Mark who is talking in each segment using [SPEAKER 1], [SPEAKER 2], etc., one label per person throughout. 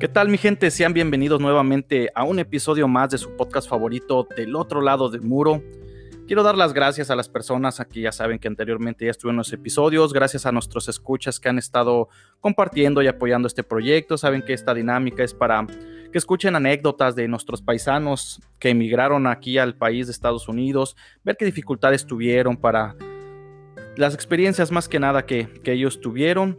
[SPEAKER 1] ¿Qué tal mi gente? Sean bienvenidos nuevamente a un episodio más de su podcast favorito del otro lado del muro. Quiero dar las gracias a las personas aquí, ya saben que anteriormente ya estuvieron los episodios, gracias a nuestros escuchas que han estado compartiendo y apoyando este proyecto, saben que esta dinámica es para que escuchen anécdotas de nuestros paisanos que emigraron aquí al país de Estados Unidos, ver qué dificultades tuvieron para las experiencias más que nada que, que ellos tuvieron.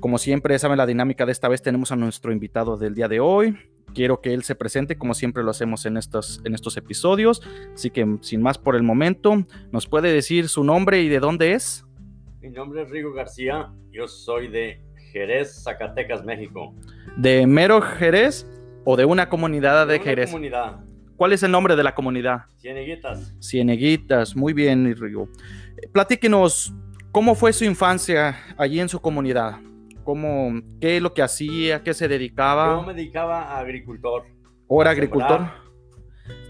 [SPEAKER 1] Como siempre, saben la dinámica de esta vez, tenemos a nuestro invitado del día de hoy. Quiero que él se presente como siempre lo hacemos en estos, en estos episodios. Así que sin más por el momento, ¿nos puede decir su nombre y de dónde es?
[SPEAKER 2] Mi nombre es Rigo García, yo soy de Jerez, Zacatecas, México.
[SPEAKER 1] ¿De mero Jerez o de una comunidad Ah, de,
[SPEAKER 2] Una
[SPEAKER 1] Jerez?
[SPEAKER 2] comunidad,
[SPEAKER 1] ¿Cuál es el nombre de la comunidad?
[SPEAKER 2] Cieneguitas.
[SPEAKER 1] Cieneguitas, muy bien, Rigo. Eh, Platíquenos, ¿cómo fue su infancia allí en su comunidad? ¿Cómo, ¿Qué es lo que hacía? ¿Qué se
[SPEAKER 2] Yo
[SPEAKER 1] dedicaba?
[SPEAKER 2] me dedicaba a agricultor
[SPEAKER 1] ¿O era
[SPEAKER 2] a sembrar.
[SPEAKER 1] agricultor?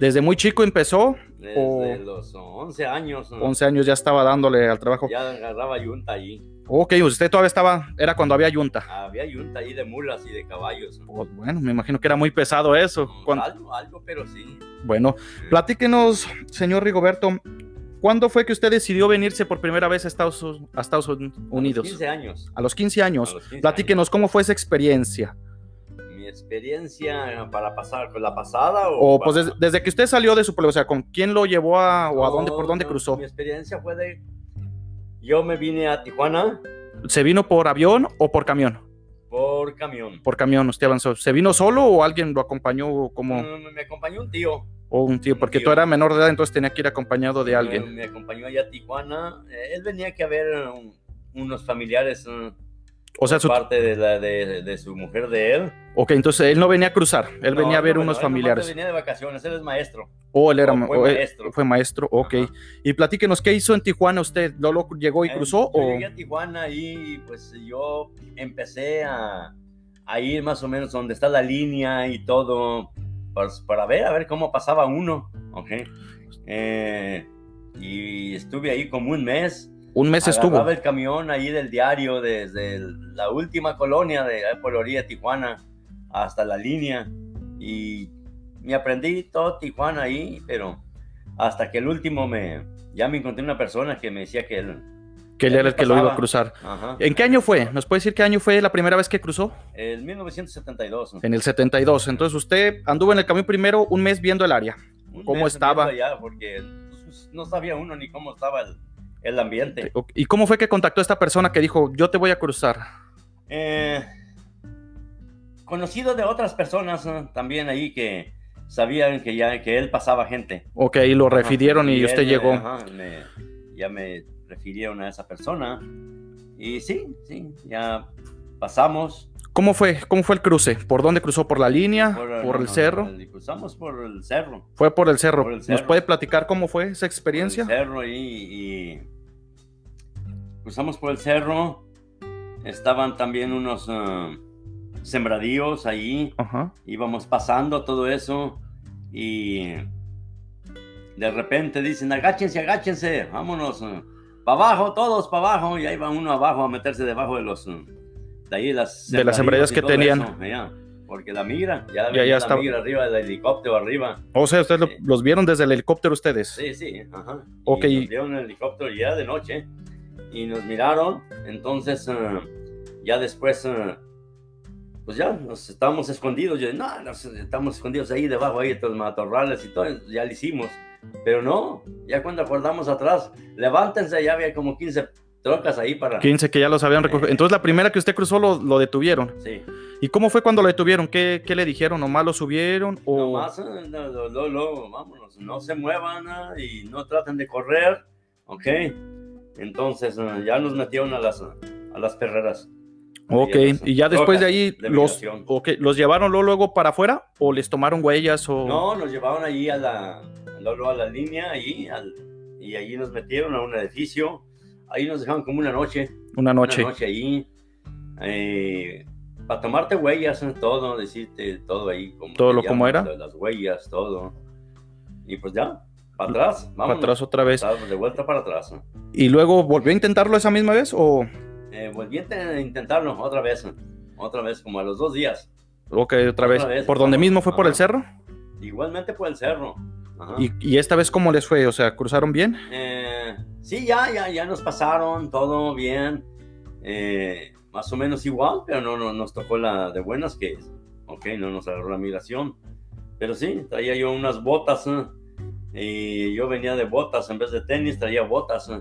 [SPEAKER 1] Desde muy chico empezó,
[SPEAKER 2] desde
[SPEAKER 1] Oh.
[SPEAKER 2] los 11 años. ¿no?
[SPEAKER 1] 11 años ya estaba dándole al trabajo.
[SPEAKER 2] Ya agarraba yunta allí.
[SPEAKER 1] Ok, pues, usted todavía estaba, era cuando había yunta.
[SPEAKER 2] Había yunta allí de mulas y de caballos. ¿no?
[SPEAKER 1] Pues bueno, me imagino que era muy pesado eso. Cuan-
[SPEAKER 2] Algo, algo, pero Ah, sí.
[SPEAKER 1] Bueno, platíquenos, señor Rigoberto, ¿cuándo fue que usted decidió venirse por primera vez a Estados, a Estados
[SPEAKER 2] A los
[SPEAKER 1] Unidos?
[SPEAKER 2] 15 años.
[SPEAKER 1] A los 15 años.
[SPEAKER 2] A los 15
[SPEAKER 1] Platíquenos cómo fue esa experiencia.
[SPEAKER 2] años. Mi experiencia para pasar, ¿con la pasada o,
[SPEAKER 1] O pues
[SPEAKER 2] para-
[SPEAKER 1] des- desde que usted salió de su pueblo, o sea, ¿con quién lo llevó a, o a dónde,
[SPEAKER 2] No,
[SPEAKER 1] por dónde
[SPEAKER 2] no,
[SPEAKER 1] cruzó?
[SPEAKER 2] Mi experiencia fue de. Yo me vine a Tijuana
[SPEAKER 1] ¿Se vino por avión o por camión?
[SPEAKER 2] por camión.
[SPEAKER 1] Por camión, usted avanzó. ¿Se vino solo o alguien lo acompañó o como
[SPEAKER 2] Mm, Me acompañó un tío.
[SPEAKER 1] o un tío?
[SPEAKER 2] un
[SPEAKER 1] Porque tú
[SPEAKER 2] tío.
[SPEAKER 1] eras menor de edad, entonces tenía que ir acompañado de
[SPEAKER 2] Me,
[SPEAKER 1] alguien.
[SPEAKER 2] me acompañó allá a Tijuana. Eh, Él venía que a ver eh, un- unos familiares, eh,
[SPEAKER 1] O sea, su-
[SPEAKER 2] parte de, la, de, de su mujer de él.
[SPEAKER 1] ok, entonces él no venía a cruzar, él
[SPEAKER 2] No,
[SPEAKER 1] venía a ver
[SPEAKER 2] no,
[SPEAKER 1] unos
[SPEAKER 2] no, él nomás
[SPEAKER 1] familiares.
[SPEAKER 2] venía de vacaciones, él es maestro.
[SPEAKER 1] O él era
[SPEAKER 2] No, fue
[SPEAKER 1] o él-
[SPEAKER 2] maestro.
[SPEAKER 1] Fue maestro, ok.
[SPEAKER 2] Ajá.
[SPEAKER 1] Y platíquenos, ¿qué hizo en Tijuana usted? ¿Lo, lo llegó y
[SPEAKER 2] Eh,
[SPEAKER 1] cruzó
[SPEAKER 2] yo
[SPEAKER 1] o
[SPEAKER 2] llegué a Tijuana y pues yo empecé a, a ir más o menos donde está la línea y todo, pues, para ver, a ver cómo pasaba uno, ¿ok? Eh, y estuve ahí como un mes.
[SPEAKER 1] un mes estuvo?
[SPEAKER 2] Agarraba el camión ahí del diario desde el- la última colonia de la Poloría, Tijuana, hasta la línea. Y me aprendí todo Tijuana ahí, pero hasta que el último me... Ya me encontré una persona que me decía que él...
[SPEAKER 1] Que él
[SPEAKER 2] él
[SPEAKER 1] era el que lo iba a cruzar.
[SPEAKER 2] pasaba. Ajá.
[SPEAKER 1] ¿En qué año fue? ¿Nos puede decir qué año fue la primera vez que cruzó?
[SPEAKER 2] El 1972. ¿no?
[SPEAKER 1] En el 72. Entonces usted anduvo en el camión primero un mes viendo el área.
[SPEAKER 2] Un
[SPEAKER 1] ¿cómo
[SPEAKER 2] mes
[SPEAKER 1] estaba?
[SPEAKER 2] viendo allá porque pues, no sabía uno ni cómo estaba el, el ambiente.
[SPEAKER 1] ¿Y cómo fue que contactó a esta persona que dijo, yo te voy a cruzar?
[SPEAKER 2] Eh, conocido de otras personas ¿no? también ahí que sabían que ya que él pasaba gente.
[SPEAKER 1] Ok, y lo
[SPEAKER 2] Ajá,
[SPEAKER 1] refirieron y
[SPEAKER 2] él
[SPEAKER 1] usted
[SPEAKER 2] me-
[SPEAKER 1] llegó.
[SPEAKER 2] ajá, me- ya me refirieron a esa persona. Y sí, sí, ya pasamos.
[SPEAKER 1] ¿Cómo fue? ¿Cómo fue el cruce? ¿Por dónde cruzó? ¿Por la línea? Ah, ¿Por,
[SPEAKER 2] no,
[SPEAKER 1] el
[SPEAKER 2] no,
[SPEAKER 1] cerro?
[SPEAKER 2] no, cruzamos por el cerro. por
[SPEAKER 1] Fue por el cerro.
[SPEAKER 2] por el
[SPEAKER 1] ¿Nos
[SPEAKER 2] cerro.
[SPEAKER 1] puede platicar cómo fue esa
[SPEAKER 2] el
[SPEAKER 1] experiencia?
[SPEAKER 2] cerro y, y cruzamos por el cerro. Estaban también unos ah, sembradíos ahí.
[SPEAKER 1] Ajá.
[SPEAKER 2] íbamos pasando todo eso y de repente dicen, agáchense, agáchense, vámonos, para abajo, todos para abajo, y ahí va uno abajo a meterse debajo de los, eh, de ahí las,
[SPEAKER 1] De las
[SPEAKER 2] sembradíos
[SPEAKER 1] sembradías
[SPEAKER 2] y
[SPEAKER 1] que
[SPEAKER 2] todo
[SPEAKER 1] tenían.
[SPEAKER 2] eso, ya, porque la migra, ya,
[SPEAKER 1] Ya-
[SPEAKER 2] venía
[SPEAKER 1] ya
[SPEAKER 2] la
[SPEAKER 1] estaba.
[SPEAKER 2] migra arriba del helicóptero arriba,
[SPEAKER 1] O sea, ustedes lo-
[SPEAKER 2] Sí.
[SPEAKER 1] los vieron desde el helicóptero ustedes.
[SPEAKER 2] sí, sí, ajá,
[SPEAKER 1] Ok.
[SPEAKER 2] y nos dieron el helicóptero ya de noche, y nos miraron, entonces, eh, ya después, eh, pues ya nos estábamos escondidos. Yo, no, nos- estamos escondidos ahí debajo, ahí de los matorrales y todo, ya lo hicimos. Pero no, ya cuando acordamos atrás, levántense, ya había como 15 trocas ahí para.
[SPEAKER 1] 15 que ya los habían
[SPEAKER 2] Eh,
[SPEAKER 1] recogido. Entonces la primera que usted cruzó lo, lo detuvieron.
[SPEAKER 2] Sí,
[SPEAKER 1] ¿Y cómo fue cuando lo detuvieron? ¿Qué, qué le dijeron? ¿Nomás lo subieron? O...
[SPEAKER 2] nomás, eh, no, no, no, no, vámonos, no se muevan ah, y no traten de correr, ¿ok? Entonces eh, ya nos metieron a las, a las perreras.
[SPEAKER 1] Ok, y ya después de ahí
[SPEAKER 2] de
[SPEAKER 1] los,
[SPEAKER 2] migración.
[SPEAKER 1] ok, los llevaron luego, luego para afuera o les tomaron huellas o...
[SPEAKER 2] No, nos llevaron allí a la, luego a la línea, allí, al- y allí nos metieron a un edificio. Ahí nos dejaron como una noche,
[SPEAKER 1] una noche.
[SPEAKER 2] una noche allí, para tomarte huellas, ¿no? todo, decirte todo ahí. Como
[SPEAKER 1] Todo
[SPEAKER 2] te
[SPEAKER 1] lo como
[SPEAKER 2] llamas,
[SPEAKER 1] era.
[SPEAKER 2] Las huellas, todo. Y pues ya, para atrás,
[SPEAKER 1] para
[SPEAKER 2] vamos.
[SPEAKER 1] Mm, atrás otra vez.
[SPEAKER 2] De vuelta para atrás. ¿no?
[SPEAKER 1] ¿Y luego volvió a intentarlo esa misma vez o...?
[SPEAKER 2] Eh, volví a te- intentarlo otra vez, ¿no? otra vez, como a los dos días.
[SPEAKER 1] Ok, otra vez.
[SPEAKER 2] Otra vez,
[SPEAKER 1] ¿Por donde
[SPEAKER 2] vamos.
[SPEAKER 1] mismo fue por el
[SPEAKER 2] Ajá.
[SPEAKER 1] cerro?
[SPEAKER 2] Igualmente por el cerro. Ajá.
[SPEAKER 1] ¿Y, y esta vez cómo les fue? O sea, ¿cruzaron bien?
[SPEAKER 2] Eh, sí, ya, ya, ya nos pasaron, todo bien. Eh, más o menos igual, pero no, no nos tocó la de buenas que es. Ok, no nos agarró la migración. Pero sí, traía yo unas botas. ¿eh? Y yo venía de botas, en vez de tenis traía botas. ¿eh?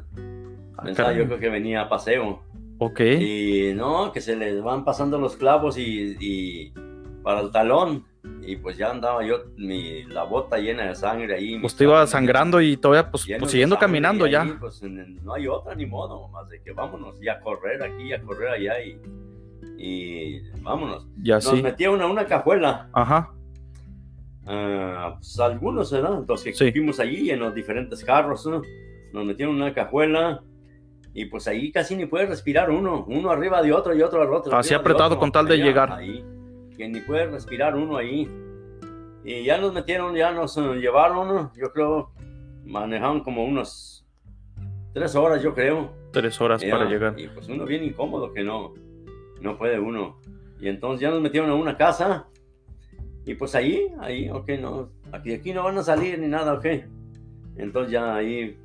[SPEAKER 1] Ah,
[SPEAKER 2] Pensaba
[SPEAKER 1] caray.
[SPEAKER 2] yo creo que venía a paseo.
[SPEAKER 1] Ok.
[SPEAKER 2] Y no, que se les van pasando los clavos y, y para el talón. Y pues ya andaba yo, mi, la bota llena de sangre ahí. mis
[SPEAKER 1] Usted iba
[SPEAKER 2] talones
[SPEAKER 1] sangrando y todavía, pues,
[SPEAKER 2] llenos
[SPEAKER 1] pues,
[SPEAKER 2] de
[SPEAKER 1] siguiendo
[SPEAKER 2] sangre,
[SPEAKER 1] caminando
[SPEAKER 2] y
[SPEAKER 1] ya.
[SPEAKER 2] ahí, pues en- en- no hay otra ni modo, más de que vámonos y a correr aquí, a correr allá y, y vámonos.
[SPEAKER 1] Ya
[SPEAKER 2] Nos
[SPEAKER 1] Pues sí.
[SPEAKER 2] metieron a una cajuela,
[SPEAKER 1] Ajá.
[SPEAKER 2] ah, pues algunos, ¿verdad? Los que
[SPEAKER 1] Sí.
[SPEAKER 2] fuimos allí en los diferentes carros, ¿no? Nos metieron en una cajuela y pues ahí casi ni puede respirar uno, uno arriba de otro y otro al otro.
[SPEAKER 1] Así
[SPEAKER 2] arriba de
[SPEAKER 1] apretado
[SPEAKER 2] otro,
[SPEAKER 1] con tal de
[SPEAKER 2] allá,
[SPEAKER 1] llegar.
[SPEAKER 2] ahí, que ni puede respirar uno ahí. Y ya nos metieron, ya nos eh, llevaron, yo creo, manejaron como unos tres horas, yo creo.
[SPEAKER 1] Tres horas
[SPEAKER 2] Ya,
[SPEAKER 1] para llegar.
[SPEAKER 2] Y pues uno bien incómodo que no, no puede uno. Y entonces ya nos metieron a una casa y pues ahí, ahí, ok, no, aquí, aquí no van a salir ni nada, ok. Entonces ya ahí,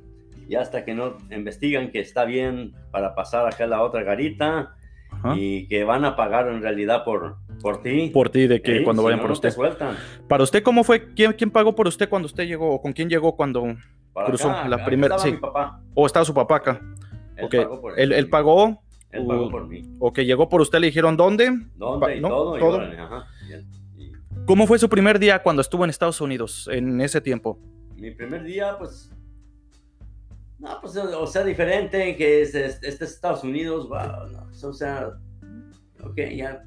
[SPEAKER 2] ya hasta que no investigan que está bien para pasar acá a la otra garita
[SPEAKER 1] Ajá.
[SPEAKER 2] y que van a pagar en realidad por, por ti.
[SPEAKER 1] Por ti, de que
[SPEAKER 2] Ey,
[SPEAKER 1] cuando
[SPEAKER 2] si
[SPEAKER 1] vayan
[SPEAKER 2] no,
[SPEAKER 1] por
[SPEAKER 2] pues, no te
[SPEAKER 1] usted.
[SPEAKER 2] sueltan.
[SPEAKER 1] Para usted, ¿cómo fue? ¿Quién, quién pagó por usted cuando usted llegó? ¿O con quién llegó cuando.?
[SPEAKER 2] Para
[SPEAKER 1] Cruzó
[SPEAKER 2] acá,
[SPEAKER 1] la
[SPEAKER 2] acá
[SPEAKER 1] primera,
[SPEAKER 2] estaba
[SPEAKER 1] sí.
[SPEAKER 2] mi papá.
[SPEAKER 1] ¿O estaba su papá acá?
[SPEAKER 2] Él
[SPEAKER 1] Ok,
[SPEAKER 2] pagó por
[SPEAKER 1] Él, él pagó,
[SPEAKER 2] Él pagó por mí.
[SPEAKER 1] o que llegó por usted, le dijeron dónde. Pa-
[SPEAKER 2] ¿Dónde? Y
[SPEAKER 1] no,
[SPEAKER 2] todo. y
[SPEAKER 1] todo.
[SPEAKER 2] órale, ajá. Y él- y-
[SPEAKER 1] ¿Cómo fue su primer día cuando estuvo en Estados Unidos en ese tiempo?
[SPEAKER 2] mi primer día, pues. No, pues, o sea, diferente, que es, es- este es Estados Unidos, wow, no, pues, o sea, ok, ya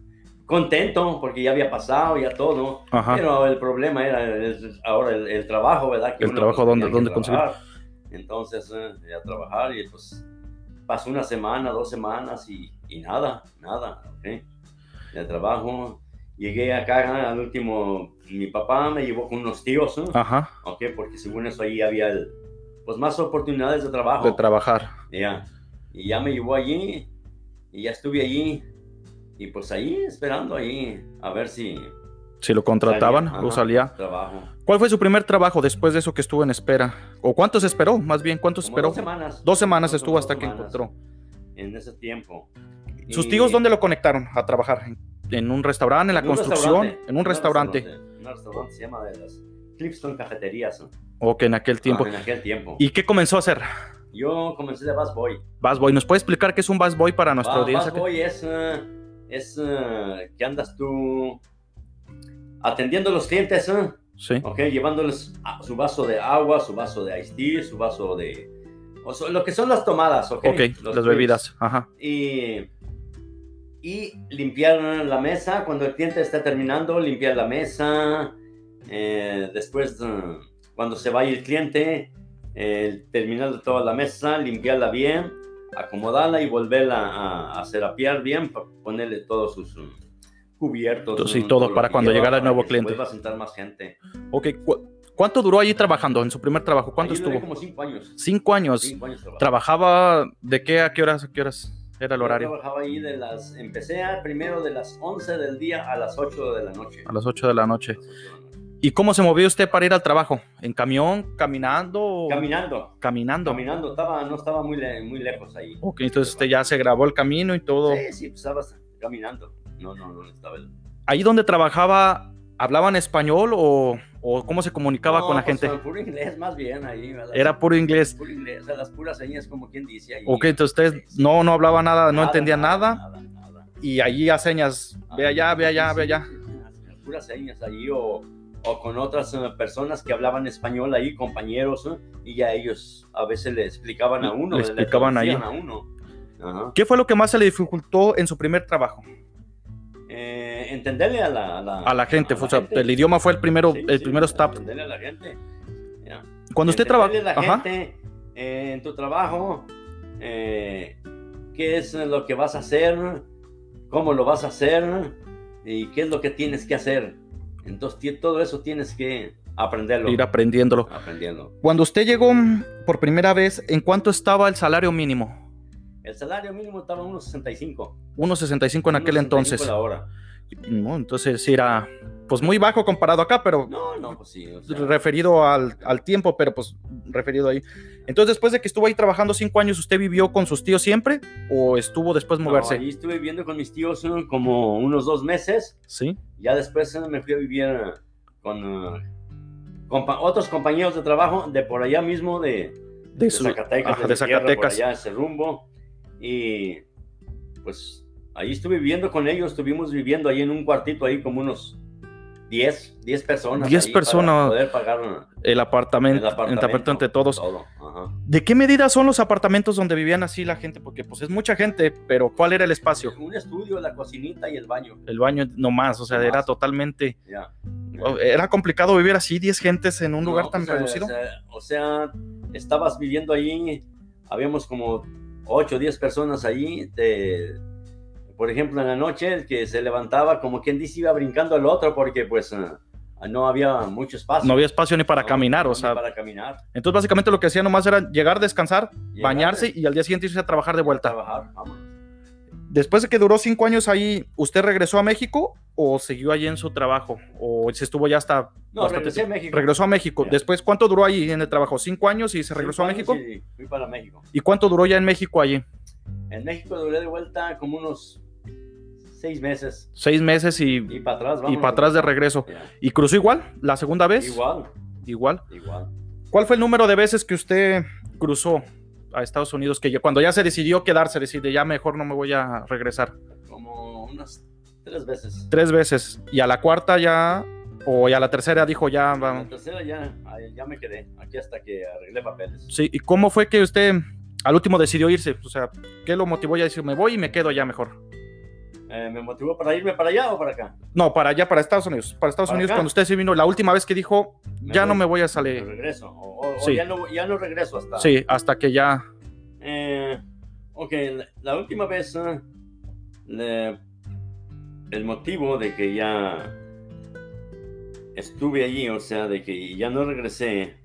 [SPEAKER 2] contento porque ya había pasado, ya todo,
[SPEAKER 1] Ajá.
[SPEAKER 2] pero el problema era el- ahora el, el trabajo, ¿verdad?
[SPEAKER 1] El
[SPEAKER 2] uno,
[SPEAKER 1] trabajo,
[SPEAKER 2] pues,
[SPEAKER 1] ¿dónde-
[SPEAKER 2] tenía que
[SPEAKER 1] dónde conseguir?
[SPEAKER 2] trabajar. Entonces, eh, a trabajar y pues pasó una semana, dos semanas y, y nada, nada, ok. El trabajo, llegué acá al último, mi papá me llevó con unos tíos, ¿eh?
[SPEAKER 1] Ajá.
[SPEAKER 2] ¿ok? Porque según eso ahí había el- pues más oportunidades de trabajo.
[SPEAKER 1] De trabajar.
[SPEAKER 2] Ya. Y ya me llevó allí y ya estuve allí y pues ahí esperando ahí a ver si
[SPEAKER 1] Si lo contrataban
[SPEAKER 2] Salía,
[SPEAKER 1] o
[SPEAKER 2] ajá.
[SPEAKER 1] salía.
[SPEAKER 2] trabajo.
[SPEAKER 1] ¿Cuál fue su primer trabajo después de eso que estuvo en espera? ¿O cuántos esperó? Más bien, ¿cuántos
[SPEAKER 2] Como
[SPEAKER 1] esperó?
[SPEAKER 2] Dos semanas.
[SPEAKER 1] Pues, Dos semanas
[SPEAKER 2] Como
[SPEAKER 1] estuvo
[SPEAKER 2] dos
[SPEAKER 1] hasta que
[SPEAKER 2] semanas
[SPEAKER 1] encontró.
[SPEAKER 2] En ese tiempo.
[SPEAKER 1] ¿Sus
[SPEAKER 2] Y-
[SPEAKER 1] tíos dónde lo conectaron a trabajar? ¿En- ¿En un restaurante? ¿En la
[SPEAKER 2] en un
[SPEAKER 1] construcción?
[SPEAKER 2] restaurante,
[SPEAKER 1] ¿En un restaurante?
[SPEAKER 2] restaurante, Un restaurante se llama de las Clipston Cafeterías. ¿no?
[SPEAKER 1] Ok, en aquel tiempo.
[SPEAKER 2] Ah, en aquel tiempo.
[SPEAKER 1] ¿Y qué comenzó a hacer?
[SPEAKER 2] Yo comencé de Bass Boy.
[SPEAKER 1] Bass Boy. ¿Nos puede explicar qué es un Bass Boy para nuestra
[SPEAKER 2] Ah,
[SPEAKER 1] audiencia?
[SPEAKER 2] Bad Boy es, eh, es eh, que andas tú atendiendo a los clientes, eh,
[SPEAKER 1] Sí.
[SPEAKER 2] ok, llevándoles a- su vaso de agua, su vaso de iced tea, su vaso de... o so- lo que son las tomadas, ok.
[SPEAKER 1] Ok,
[SPEAKER 2] los
[SPEAKER 1] las
[SPEAKER 2] drinks.
[SPEAKER 1] bebidas. Ajá.
[SPEAKER 2] Y, eh, y limpiar la mesa, cuando el cliente está terminando, limpiar la mesa. eh, después, eh, cuando se vaya el cliente, eh, terminar toda la mesa, limpiarla bien, acomodarla y volverla a, a serapiar bien, pa- ponerle todos sus eh, cubiertos.
[SPEAKER 1] Sí,
[SPEAKER 2] ¿no?
[SPEAKER 1] todo
[SPEAKER 2] lo
[SPEAKER 1] para
[SPEAKER 2] que
[SPEAKER 1] cuando
[SPEAKER 2] lleva,
[SPEAKER 1] llegara el
[SPEAKER 2] para
[SPEAKER 1] nuevo
[SPEAKER 2] que se
[SPEAKER 1] cliente.
[SPEAKER 2] Vuelva a sentar más gente.
[SPEAKER 1] Ok, ¿cu- ¿cuánto duró allí trabajando en su primer trabajo? ¿Cuánto
[SPEAKER 2] Ahí duré
[SPEAKER 1] estuvo?
[SPEAKER 2] como cinco años.
[SPEAKER 1] Cinco años.
[SPEAKER 2] Cinco años trabajando.
[SPEAKER 1] ¿Trabajaba de qué a qué horas? ¿A qué horas era el
[SPEAKER 2] Yo
[SPEAKER 1] horario?
[SPEAKER 2] trabajaba ahí de las, empecé a- primero de las 11 del día a las 8 de la noche.
[SPEAKER 1] A las 8 de la noche.
[SPEAKER 2] Las 8 de la noche.
[SPEAKER 1] ¿Y cómo se movió usted para ir al trabajo? ¿En camión? ¿Caminando? o-
[SPEAKER 2] Caminando,
[SPEAKER 1] Caminando.
[SPEAKER 2] caminando, estaba, no estaba muy, le- muy lejos ahí.
[SPEAKER 1] Ok, entonces usted ya se grabó el camino y todo.
[SPEAKER 2] Sí, sí, pues, estabas caminando. No, no, no estaba el-
[SPEAKER 1] ¿Ahí donde trabajaba hablaban español o, o cómo se comunicaba
[SPEAKER 2] No,
[SPEAKER 1] con la
[SPEAKER 2] pues,
[SPEAKER 1] gente?
[SPEAKER 2] al puro inglés, más bien ahí. a las-
[SPEAKER 1] Era puro inglés.
[SPEAKER 2] puro inglés, a las puras señas, como quien dice ahí.
[SPEAKER 1] Ok, entonces usted
[SPEAKER 2] Sí, sí.
[SPEAKER 1] no, no hablaba nada, no entendía nada,
[SPEAKER 2] Nada, nada.
[SPEAKER 1] y allí a señas, ve
[SPEAKER 2] Ah,
[SPEAKER 1] allá, ve allá,
[SPEAKER 2] sí,
[SPEAKER 1] ve
[SPEAKER 2] sí,
[SPEAKER 1] allá.
[SPEAKER 2] sí, sí, las- las Puras señas ahí o, o con otras eh, personas que hablaban español ahí, compañeros, ¿eh? y ya ellos a veces le explicaban a uno.
[SPEAKER 1] Le explicaban ahí.
[SPEAKER 2] traducían A uno. Ajá.
[SPEAKER 1] ¿Qué fue lo que más se le dificultó en su primer trabajo?
[SPEAKER 2] Eh, entenderle a la, a la,
[SPEAKER 1] A la gente,
[SPEAKER 2] a
[SPEAKER 1] o sea,
[SPEAKER 2] gente.
[SPEAKER 1] el idioma fue el primero,
[SPEAKER 2] Sí,
[SPEAKER 1] el
[SPEAKER 2] sí,
[SPEAKER 1] primero stop.
[SPEAKER 2] Entenderle a la gente. Ya.
[SPEAKER 1] Cuando usted trabaja,
[SPEAKER 2] Entenderle a la gente eh, en tu trabajo, eh, qué es lo que vas a hacer, cómo lo vas a hacer y qué es lo que tienes que hacer. Entonces, ti- todo eso tienes que aprenderlo.
[SPEAKER 1] ir aprendiéndolo.
[SPEAKER 2] aprendiendo.
[SPEAKER 1] Cuando usted llegó mm, por primera vez, ¿en cuánto estaba el salario mínimo?
[SPEAKER 2] El salario mínimo estaba unos 65.
[SPEAKER 1] 1.65 en aquel
[SPEAKER 2] unos 65
[SPEAKER 1] entonces.
[SPEAKER 2] la hora.
[SPEAKER 1] ¿no? Entonces sí era pues muy bajo comparado acá, pero
[SPEAKER 2] No, no, pues sí. o sea,
[SPEAKER 1] referido al, al tiempo, pero pues referido ahí. Entonces después de que estuvo ahí trabajando cinco años, ¿usted vivió con sus tíos siempre o estuvo después
[SPEAKER 2] no,
[SPEAKER 1] moverse?
[SPEAKER 2] ahí estuve viviendo con mis tíos eh, como unos dos meses.
[SPEAKER 1] Sí,
[SPEAKER 2] Ya después eh, me fui a vivir eh, con, eh, compa- otros compañeros de trabajo de por allá mismo, de,
[SPEAKER 1] de,
[SPEAKER 2] de
[SPEAKER 1] su-
[SPEAKER 2] Zacatecas,
[SPEAKER 1] ajá,
[SPEAKER 2] de,
[SPEAKER 1] de
[SPEAKER 2] mi tierra,
[SPEAKER 1] Zacatecas.
[SPEAKER 2] por allá, ese rumbo. Y pues ahí estuve viviendo con ellos, estuvimos viviendo ahí en un cuartito ahí como unos 10, 10 personas.
[SPEAKER 1] 10
[SPEAKER 2] ahí para
[SPEAKER 1] personas.
[SPEAKER 2] poder pagar eh,
[SPEAKER 1] El
[SPEAKER 2] el
[SPEAKER 1] apartamento, el
[SPEAKER 2] apartamento.
[SPEAKER 1] apartamento entre todos.
[SPEAKER 2] todo, ajá.
[SPEAKER 1] ¿De qué medida son los apartamentos donde vivían así la gente? Porque pues es mucha gente, pero ¿cuál era el espacio?
[SPEAKER 2] Un estudio, la cocinita y el baño.
[SPEAKER 1] El baño nomás, o sea,
[SPEAKER 2] Nomás.
[SPEAKER 1] era totalmente...
[SPEAKER 2] Ya.
[SPEAKER 1] Era complicado vivir así 10 gentes en un
[SPEAKER 2] No,
[SPEAKER 1] lugar tan
[SPEAKER 2] pues, eh,
[SPEAKER 1] reducido.
[SPEAKER 2] O sea, o sea, estabas viviendo allí, habíamos como 8 o 10 personas allí. te- por ejemplo, en la noche, el que se levantaba, como quien dice, iba brincando al otro porque pues eh, no había mucho espacio.
[SPEAKER 1] no había espacio ni para
[SPEAKER 2] No,
[SPEAKER 1] caminar,
[SPEAKER 2] no,
[SPEAKER 1] o
[SPEAKER 2] ni
[SPEAKER 1] sea...
[SPEAKER 2] Para caminar.
[SPEAKER 1] Entonces básicamente lo que hacía nomás era llegar, descansar,
[SPEAKER 2] llegar, eh.
[SPEAKER 1] bañarse y al día siguiente irse a trabajar de vuelta.
[SPEAKER 2] Trabajar, vamos.
[SPEAKER 1] Después de que duró cinco años ahí, ¿usted regresó a México o siguió allí en su trabajo? ¿O se estuvo ya hasta...
[SPEAKER 2] No,
[SPEAKER 1] bastante
[SPEAKER 2] regresé a México.
[SPEAKER 1] tiempo? Regresó a México.
[SPEAKER 2] Ya.
[SPEAKER 1] Después, ¿cuánto duró ahí en el trabajo? ¿Cinco años y se
[SPEAKER 2] Fui
[SPEAKER 1] regresó a
[SPEAKER 2] para-
[SPEAKER 1] México?
[SPEAKER 2] sí, fui para México.
[SPEAKER 1] ¿Y cuánto duró ya en México allí?
[SPEAKER 2] En México duré de vuelta como unos 6 meses.
[SPEAKER 1] Seis meses y,
[SPEAKER 2] Y para atrás,
[SPEAKER 1] y
[SPEAKER 2] vamos.
[SPEAKER 1] para atrás de regreso. ¿Y cruzó igual la segunda vez?
[SPEAKER 2] Igual,
[SPEAKER 1] Igual.
[SPEAKER 2] igual.
[SPEAKER 1] ¿Cuál fue el número de veces que usted cruzó a Estados Unidos? Que ya- cuando ya se decidió quedarse, decide, ya mejor no me voy a regresar.
[SPEAKER 2] Como unas tres veces.
[SPEAKER 1] Tres veces. Y a la cuarta ya, o y a la tercera dijo, ya
[SPEAKER 2] La
[SPEAKER 1] vamos.
[SPEAKER 2] tercera ya, ay, ya me quedé aquí hasta que arreglé papeles.
[SPEAKER 1] Sí, ¿y cómo fue que usted al último decidió irse? O sea, ¿qué lo motivó ya a decir, me voy y me quedo allá mejor?
[SPEAKER 2] Eh, ¿Me motivó para irme para allá o para acá?
[SPEAKER 1] No, para allá, para Estados Unidos. Para Estados
[SPEAKER 2] ¿Para
[SPEAKER 1] Unidos,
[SPEAKER 2] acá?
[SPEAKER 1] cuando usted se vino, la última vez que dijo,
[SPEAKER 2] Me
[SPEAKER 1] ya no
[SPEAKER 2] voy.
[SPEAKER 1] me voy a
[SPEAKER 2] ¿Me
[SPEAKER 1] salir.
[SPEAKER 2] regreso? ¿O, o- o
[SPEAKER 1] Sí.
[SPEAKER 2] ya, no, ya no regreso hasta?
[SPEAKER 1] Sí, hasta que ya.
[SPEAKER 2] Eh, ok, la, la última vez, eh, le- el motivo de que ya estuve allí, o sea, de que ya no regresé,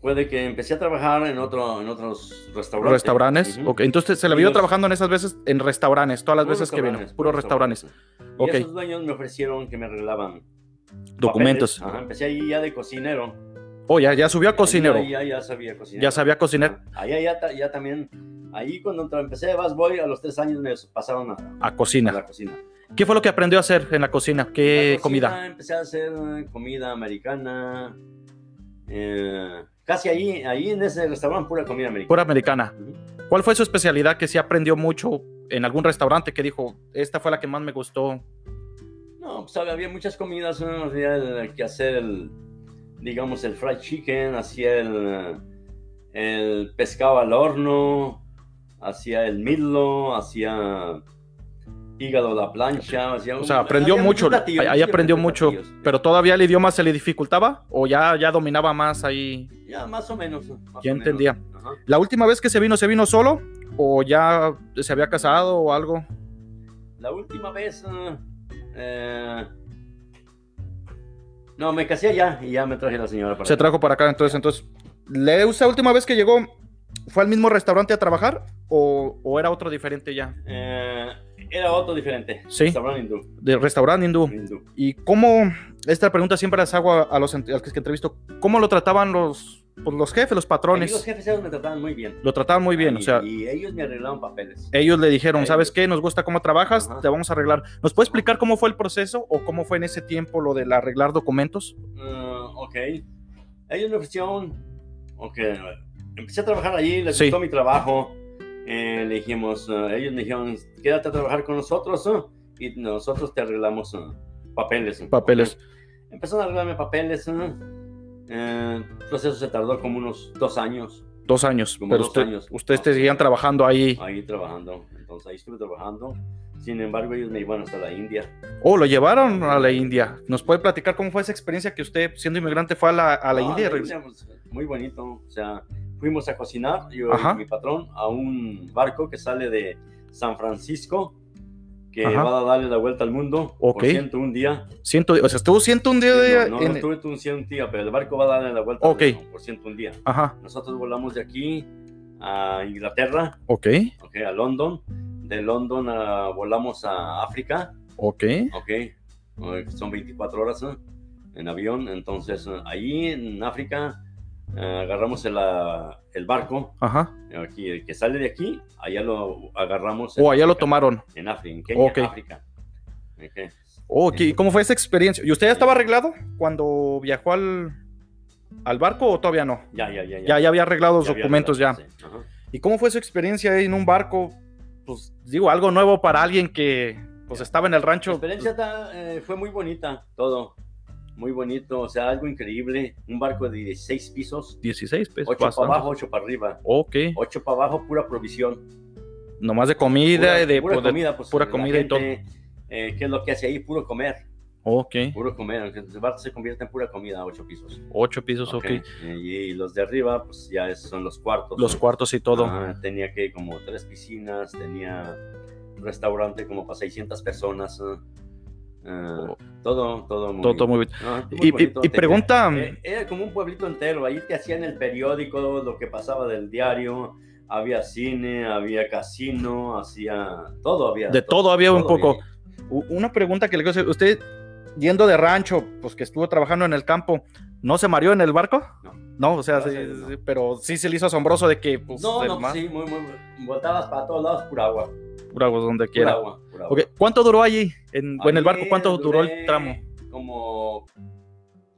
[SPEAKER 2] fue de que empecé a trabajar en, otro, en otros restaurantes.
[SPEAKER 1] ¿Restaurantes?
[SPEAKER 2] Ujú.
[SPEAKER 1] Ok, entonces se le
[SPEAKER 2] Y
[SPEAKER 1] vio
[SPEAKER 2] los-
[SPEAKER 1] trabajando en esas veces en restaurantes, todas las
[SPEAKER 2] Puros
[SPEAKER 1] veces que vino,
[SPEAKER 2] restaurantes,
[SPEAKER 1] puros restaurantes.
[SPEAKER 2] Y
[SPEAKER 1] Ok.
[SPEAKER 2] esos dueños me ofrecieron que me arreglaban
[SPEAKER 1] Documentos.
[SPEAKER 2] papeles. Ajá, empecé ahí ya de cocinero.
[SPEAKER 1] Oh, ya, ya subió a cocinero.
[SPEAKER 2] Ahí Ya, ya sabía cocinar.
[SPEAKER 1] Ya sabía cocinar.
[SPEAKER 2] Ahí ya, ta- ya también. Ahí cuando tra- empecé de Bass Boy, a los tres años me pasaron a,
[SPEAKER 1] A
[SPEAKER 2] a
[SPEAKER 1] cocina.
[SPEAKER 2] la cocina.
[SPEAKER 1] ¿Qué fue lo que aprendió a hacer en la cocina? ¿Qué Eh,
[SPEAKER 2] La cocina,
[SPEAKER 1] comida?
[SPEAKER 2] Empecé a hacer eh, comida americana. eh, casi ahí, ahí en ese restaurante, pura comida americana.
[SPEAKER 1] Pura americana.
[SPEAKER 2] Ujú.
[SPEAKER 1] ¿Cuál fue su especialidad que sí aprendió mucho en algún restaurante que dijo, esta fue la que más me gustó?
[SPEAKER 2] No, pues había muchas comidas, ¿no? Había el- que hacer el, digamos, el fried chicken, hacía el, el pescado al horno, hacía el midlo, hacía hígado a la plancha, hacía...
[SPEAKER 1] O sea, aprendió mucho. ahí- ahí aprendió mucho. Pero todavía el idioma se le dificultaba o ya, ya dominaba más ahí.
[SPEAKER 2] Ya, más o menos. más o
[SPEAKER 1] Ya
[SPEAKER 2] menos.
[SPEAKER 1] entendía.
[SPEAKER 2] Ajá.
[SPEAKER 1] La última vez que se vino, ¿se vino solo? ¿O ya se había casado o algo?
[SPEAKER 2] La última vez... eh, eh, no, me casé allá y ya me traje la señora para
[SPEAKER 1] Se
[SPEAKER 2] acá.
[SPEAKER 1] trajo para acá, entonces, entonces, ¿le esa última vez que llegó fue al mismo restaurante a trabajar o, o era otro diferente ya?
[SPEAKER 2] Eh, era otro diferente.
[SPEAKER 1] Sí.
[SPEAKER 2] Restaurante hindú.
[SPEAKER 1] De restaurante hindú.
[SPEAKER 2] hindú.
[SPEAKER 1] ¿Y cómo, esta pregunta siempre las hago a, a los ent- a los que entrevisto, cómo lo trataban los, pues, los jefes, los
[SPEAKER 2] Ahí los
[SPEAKER 1] patrones?
[SPEAKER 2] jefes ellos me trataban muy bien.
[SPEAKER 1] Lo trataban muy bien,
[SPEAKER 2] y,
[SPEAKER 1] o sea, eh.
[SPEAKER 2] y ellos me arreglaban papeles.
[SPEAKER 1] ellos le dijeron,
[SPEAKER 2] ellos.
[SPEAKER 1] ¿sabes qué? Nos gusta cómo trabajas,
[SPEAKER 2] Ajá.
[SPEAKER 1] te vamos a arreglar. ¿Nos puede explicar cómo fue el proceso o cómo fue en ese tiempo lo del arreglar documentos?
[SPEAKER 2] Ah, ok. Ellos me ofrecieron. Ok. Empecé a trabajar allí, les
[SPEAKER 1] Sí.
[SPEAKER 2] gustó mi trabajo. Eh, le dijimos, ah, ellos me dijeron, quédate a trabajar con nosotros ah, y nosotros te arreglamos ah, papeles.
[SPEAKER 1] Papeles.
[SPEAKER 2] Ok. Empezaron a arreglarme papeles. ah. Eh, el proceso se tardó como unos dos años
[SPEAKER 1] Dos años,
[SPEAKER 2] Como
[SPEAKER 1] pero
[SPEAKER 2] dos
[SPEAKER 1] usted,
[SPEAKER 2] años.
[SPEAKER 1] ustedes te seguían trabajando ahí.
[SPEAKER 2] ahí trabajando. Entonces ahí estuve trabajando. Sin embargo, ellos me iban hasta la India.
[SPEAKER 1] Oh, lo llevaron a la India. ¿Nos puede platicar cómo fue esa experiencia que usted, siendo inmigrante, fue a la, a la
[SPEAKER 2] No,
[SPEAKER 1] India? y
[SPEAKER 2] la
[SPEAKER 1] regresó?
[SPEAKER 2] India, pues, muy bonito. O sea, fuimos a cocinar, yo
[SPEAKER 1] Ajá.
[SPEAKER 2] y mi patrón, a un barco que sale de San Francisco, que
[SPEAKER 1] Ajá.
[SPEAKER 2] va a darle la vuelta al mundo
[SPEAKER 1] Ok.
[SPEAKER 2] por 101 días.
[SPEAKER 1] Ciento- o sea, estuvo 101 días de-
[SPEAKER 2] no, no,
[SPEAKER 1] en-
[SPEAKER 2] no estuve un 101 días, pero el barco va a darle la vuelta
[SPEAKER 1] Ok.
[SPEAKER 2] por- por 101 días.
[SPEAKER 1] Ajá,
[SPEAKER 2] Nosotros volamos de aquí a Inglaterra,
[SPEAKER 1] ok.
[SPEAKER 2] ok, a London. De London a- volamos a África,
[SPEAKER 1] Ok.
[SPEAKER 2] Ok, eh, son 24 horas ¿eh? en avión, entonces eh, ahí en África eh, agarramos el, ah, el barco, eh,
[SPEAKER 1] Ajá.
[SPEAKER 2] aquí, el que sale de aquí, allá lo agarramos en,
[SPEAKER 1] O Oh, allá lo
[SPEAKER 2] África,
[SPEAKER 1] tomaron.
[SPEAKER 2] en África, en Kenia,
[SPEAKER 1] Ok.
[SPEAKER 2] África. Eh, Ok.
[SPEAKER 1] Oh, ok. ¿Y ¿Cómo fue esa experiencia? ¿Y usted ya estaba arreglado cuando viajó al, al barco o todavía no?
[SPEAKER 2] Ya, ya, ya.
[SPEAKER 1] Ya, ya había arreglado los
[SPEAKER 2] Ya había
[SPEAKER 1] documentos ya.
[SPEAKER 2] arreglado, sí, ajá.
[SPEAKER 1] ¿Y cómo fue su experiencia ahí en un barco? Pues digo, algo nuevo para alguien que pues estaba en el
[SPEAKER 2] La
[SPEAKER 1] rancho.
[SPEAKER 2] experiencia está, eh, fue muy bonita, todo. Muy bonito, o sea, algo increíble. Un barco de 16 pisos,
[SPEAKER 1] 16 pesos.
[SPEAKER 2] 8 para
[SPEAKER 1] bastante.
[SPEAKER 2] abajo, 8 para arriba.
[SPEAKER 1] Ok.
[SPEAKER 2] 8 para abajo, pura provisión.
[SPEAKER 1] Nomás de comida,
[SPEAKER 2] Pura,
[SPEAKER 1] de
[SPEAKER 2] pura
[SPEAKER 1] poder-
[SPEAKER 2] comida, pues,
[SPEAKER 1] pura
[SPEAKER 2] la
[SPEAKER 1] comida y todo.
[SPEAKER 2] eh, ¿Qué es lo que hace ahí? Puro comer,
[SPEAKER 1] Ok.
[SPEAKER 2] puro comer. Entonces, El bar se convierte en pura comida, 8 pisos.
[SPEAKER 1] 8 pisos, ok.
[SPEAKER 2] Ok. Eh, Y, los de arriba, pues ya es- son los cuartos.
[SPEAKER 1] Los cuartos y todo.
[SPEAKER 2] Ajá, tenía que como tres piscinas, tenía un restaurante como para 600 personas. eh, eh,
[SPEAKER 1] Oh.
[SPEAKER 2] Todo, todo muy,
[SPEAKER 1] todo, todo muy bien.
[SPEAKER 2] Ah, muy
[SPEAKER 1] Y, y-
[SPEAKER 2] bonito,
[SPEAKER 1] y
[SPEAKER 2] te-
[SPEAKER 1] pregunta, mm,
[SPEAKER 2] eh, Era como un pueblito entero, ahí te hacían el periódico, lo que pasaba del diario, había cine, había casino, hacía todo, había...
[SPEAKER 1] De todo había un poco.
[SPEAKER 2] había.
[SPEAKER 1] u- una pregunta que le quiero hacer. Usted, yendo de rancho, pues que estuvo trabajando en el campo, ¿no se mareó en el barco?
[SPEAKER 2] No.
[SPEAKER 1] o sea,
[SPEAKER 2] Gracias
[SPEAKER 1] sí,
[SPEAKER 2] a Dios, no.
[SPEAKER 1] sí, pero sí se le hizo asombroso de que, pues,
[SPEAKER 2] No,
[SPEAKER 1] el
[SPEAKER 2] no,
[SPEAKER 1] mar,
[SPEAKER 2] sí, muy, muy... Botabas para todos lados pura agua, pura
[SPEAKER 1] pura agua donde quiera.
[SPEAKER 2] agua, pura agua.
[SPEAKER 1] Ok, ¿Cuánto duró allí, en, o en el barco?
[SPEAKER 2] Ahí
[SPEAKER 1] ¿Cuánto duró el
[SPEAKER 2] duré
[SPEAKER 1] tramo?
[SPEAKER 2] Como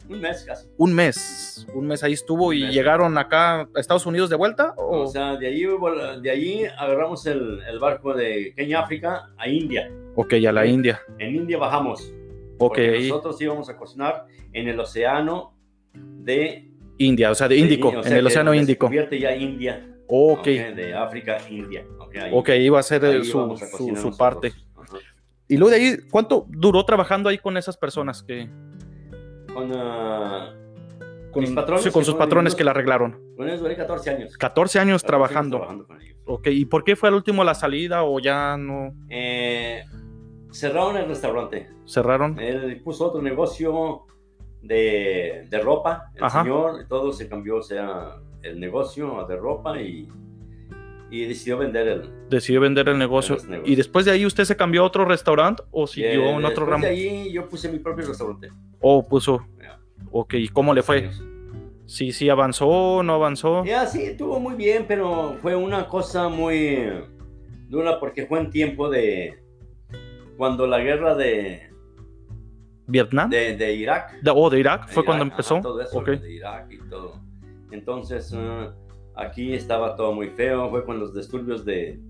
[SPEAKER 2] un mes casi.
[SPEAKER 1] Un mes. Un mes ahí estuvo
[SPEAKER 2] Un
[SPEAKER 1] y
[SPEAKER 2] mes.
[SPEAKER 1] llegaron acá a Estados Unidos de vuelta. O...
[SPEAKER 2] O sea, de allí, vol- de allí agarramos el, el barco de Kenia, África, a India.
[SPEAKER 1] ok, a la
[SPEAKER 2] sí.
[SPEAKER 1] India.
[SPEAKER 2] En India bajamos.
[SPEAKER 1] Ok,
[SPEAKER 2] porque
[SPEAKER 1] ahí,
[SPEAKER 2] Nosotros íbamos a cocinar en el océano de
[SPEAKER 1] India, o sea, de
[SPEAKER 2] Sí,
[SPEAKER 1] Índico,
[SPEAKER 2] o sea
[SPEAKER 1] en el
[SPEAKER 2] que
[SPEAKER 1] Océano
[SPEAKER 2] donde se
[SPEAKER 1] Índico.
[SPEAKER 2] convierte ya India.
[SPEAKER 1] Ok,
[SPEAKER 2] ok, De África, India. Ok, ahí-
[SPEAKER 1] ok, iba a ser eh,
[SPEAKER 2] ahí
[SPEAKER 1] su,
[SPEAKER 2] vamos a
[SPEAKER 1] su-
[SPEAKER 2] cocinar
[SPEAKER 1] su
[SPEAKER 2] nosotros.
[SPEAKER 1] parte.
[SPEAKER 2] Ajá.
[SPEAKER 1] Y luego de ahí, ¿cuánto duró trabajando ahí con esas personas que
[SPEAKER 2] Con, ah,
[SPEAKER 1] con,
[SPEAKER 2] Mis patrones
[SPEAKER 1] sí, con
[SPEAKER 2] que
[SPEAKER 1] sus
[SPEAKER 2] fueron
[SPEAKER 1] patrones
[SPEAKER 2] gringos.
[SPEAKER 1] que la arreglaron?
[SPEAKER 2] con ellos duré 14
[SPEAKER 1] 14 años
[SPEAKER 2] años. 14 años
[SPEAKER 1] trabajando.
[SPEAKER 2] con ellos.
[SPEAKER 1] Ok, ¿y por qué fue al último la salida o ya no
[SPEAKER 2] Eh, cerraron el restaurante.
[SPEAKER 1] cerraron?
[SPEAKER 2] Él puso otro negocio de, de ropa. El
[SPEAKER 1] Ajá.
[SPEAKER 2] señor, todo se cambió, o sea, el negocio de ropa y, y decidió vender el.
[SPEAKER 1] Decidió vender el negocio.
[SPEAKER 2] Los negocios.
[SPEAKER 1] ¿Y después de ahí usted se cambió a otro restaurante o siguió
[SPEAKER 2] Eh,
[SPEAKER 1] en otro
[SPEAKER 2] después
[SPEAKER 1] ramo?
[SPEAKER 2] de ahí yo puse mi propio restaurante.
[SPEAKER 1] O puso.
[SPEAKER 2] Ya.
[SPEAKER 1] Ok, ¿y cómo le fue?
[SPEAKER 2] Años.
[SPEAKER 1] Sí, sí, avanzó, no avanzó.
[SPEAKER 2] Ya, sí, estuvo muy bien, pero fue una cosa muy dura porque fue en tiempo de cuando la guerra de,
[SPEAKER 1] ¿Vietnam?
[SPEAKER 2] de, de Irak.
[SPEAKER 1] De- oh, de Irak, fue
[SPEAKER 2] Irak,
[SPEAKER 1] cuando
[SPEAKER 2] ajá,
[SPEAKER 1] empezó.
[SPEAKER 2] todo eso,
[SPEAKER 1] ok.
[SPEAKER 2] de Irak y todo. Entonces, eh, aquí estaba todo muy feo, fue con los disturbios de,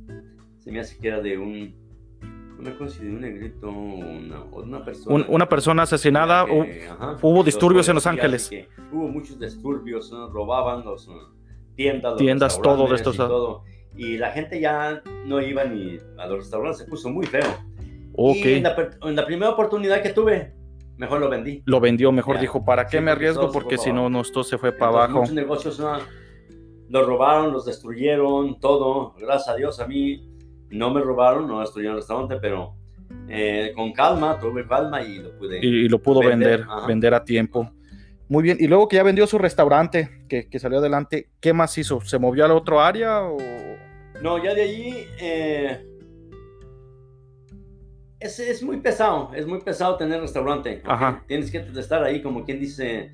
[SPEAKER 2] se me hace que era de un, una cosa, de un negrito, una, una persona.
[SPEAKER 1] Un- una persona asesinada.
[SPEAKER 2] que-
[SPEAKER 1] u-
[SPEAKER 2] ajá,
[SPEAKER 1] hubo
[SPEAKER 2] los
[SPEAKER 1] disturbios en Los
[SPEAKER 2] policías
[SPEAKER 1] Ángeles.
[SPEAKER 2] que Hubo muchos disturbios, ¿no? robaban los eh, tiendas, los
[SPEAKER 1] Tiendas, todo de
[SPEAKER 2] restaurantes
[SPEAKER 1] estos,
[SPEAKER 2] y
[SPEAKER 1] ah.
[SPEAKER 2] todo. Y la gente ya no iba ni a los restaurantes, se puso muy feo. Y en
[SPEAKER 1] ok.
[SPEAKER 2] la, per- en la primera oportunidad que tuve, mejor lo vendí.
[SPEAKER 1] Lo vendió, mejor
[SPEAKER 2] Ya.
[SPEAKER 1] dijo, ¿para qué
[SPEAKER 2] Sí,
[SPEAKER 1] me
[SPEAKER 2] porque
[SPEAKER 1] arriesgo?
[SPEAKER 2] todo se fue
[SPEAKER 1] Porque
[SPEAKER 2] para
[SPEAKER 1] si no,
[SPEAKER 2] abajo.
[SPEAKER 1] no, esto se fue para
[SPEAKER 2] Entonces,
[SPEAKER 1] abajo.
[SPEAKER 2] Muchos negocios ¿no? los robaron, los destruyeron, todo. Gracias a Dios a mí no me robaron, no destruyeron el restaurante, pero eh, con calma, tuve calma y lo pude.
[SPEAKER 1] y, y lo pudo vender,
[SPEAKER 2] Vender,
[SPEAKER 1] vender,
[SPEAKER 2] ajá.
[SPEAKER 1] a tiempo. Muy bien, y luego que ya vendió su restaurante, que, que salió adelante, ¿qué más hizo? ¿Se movió al otro área o...?
[SPEAKER 2] No, ya de allí eh, es, es muy pesado, es muy pesado tener restaurante. ¿ok?
[SPEAKER 1] Ajá.
[SPEAKER 2] Tienes que estar ahí como quien dice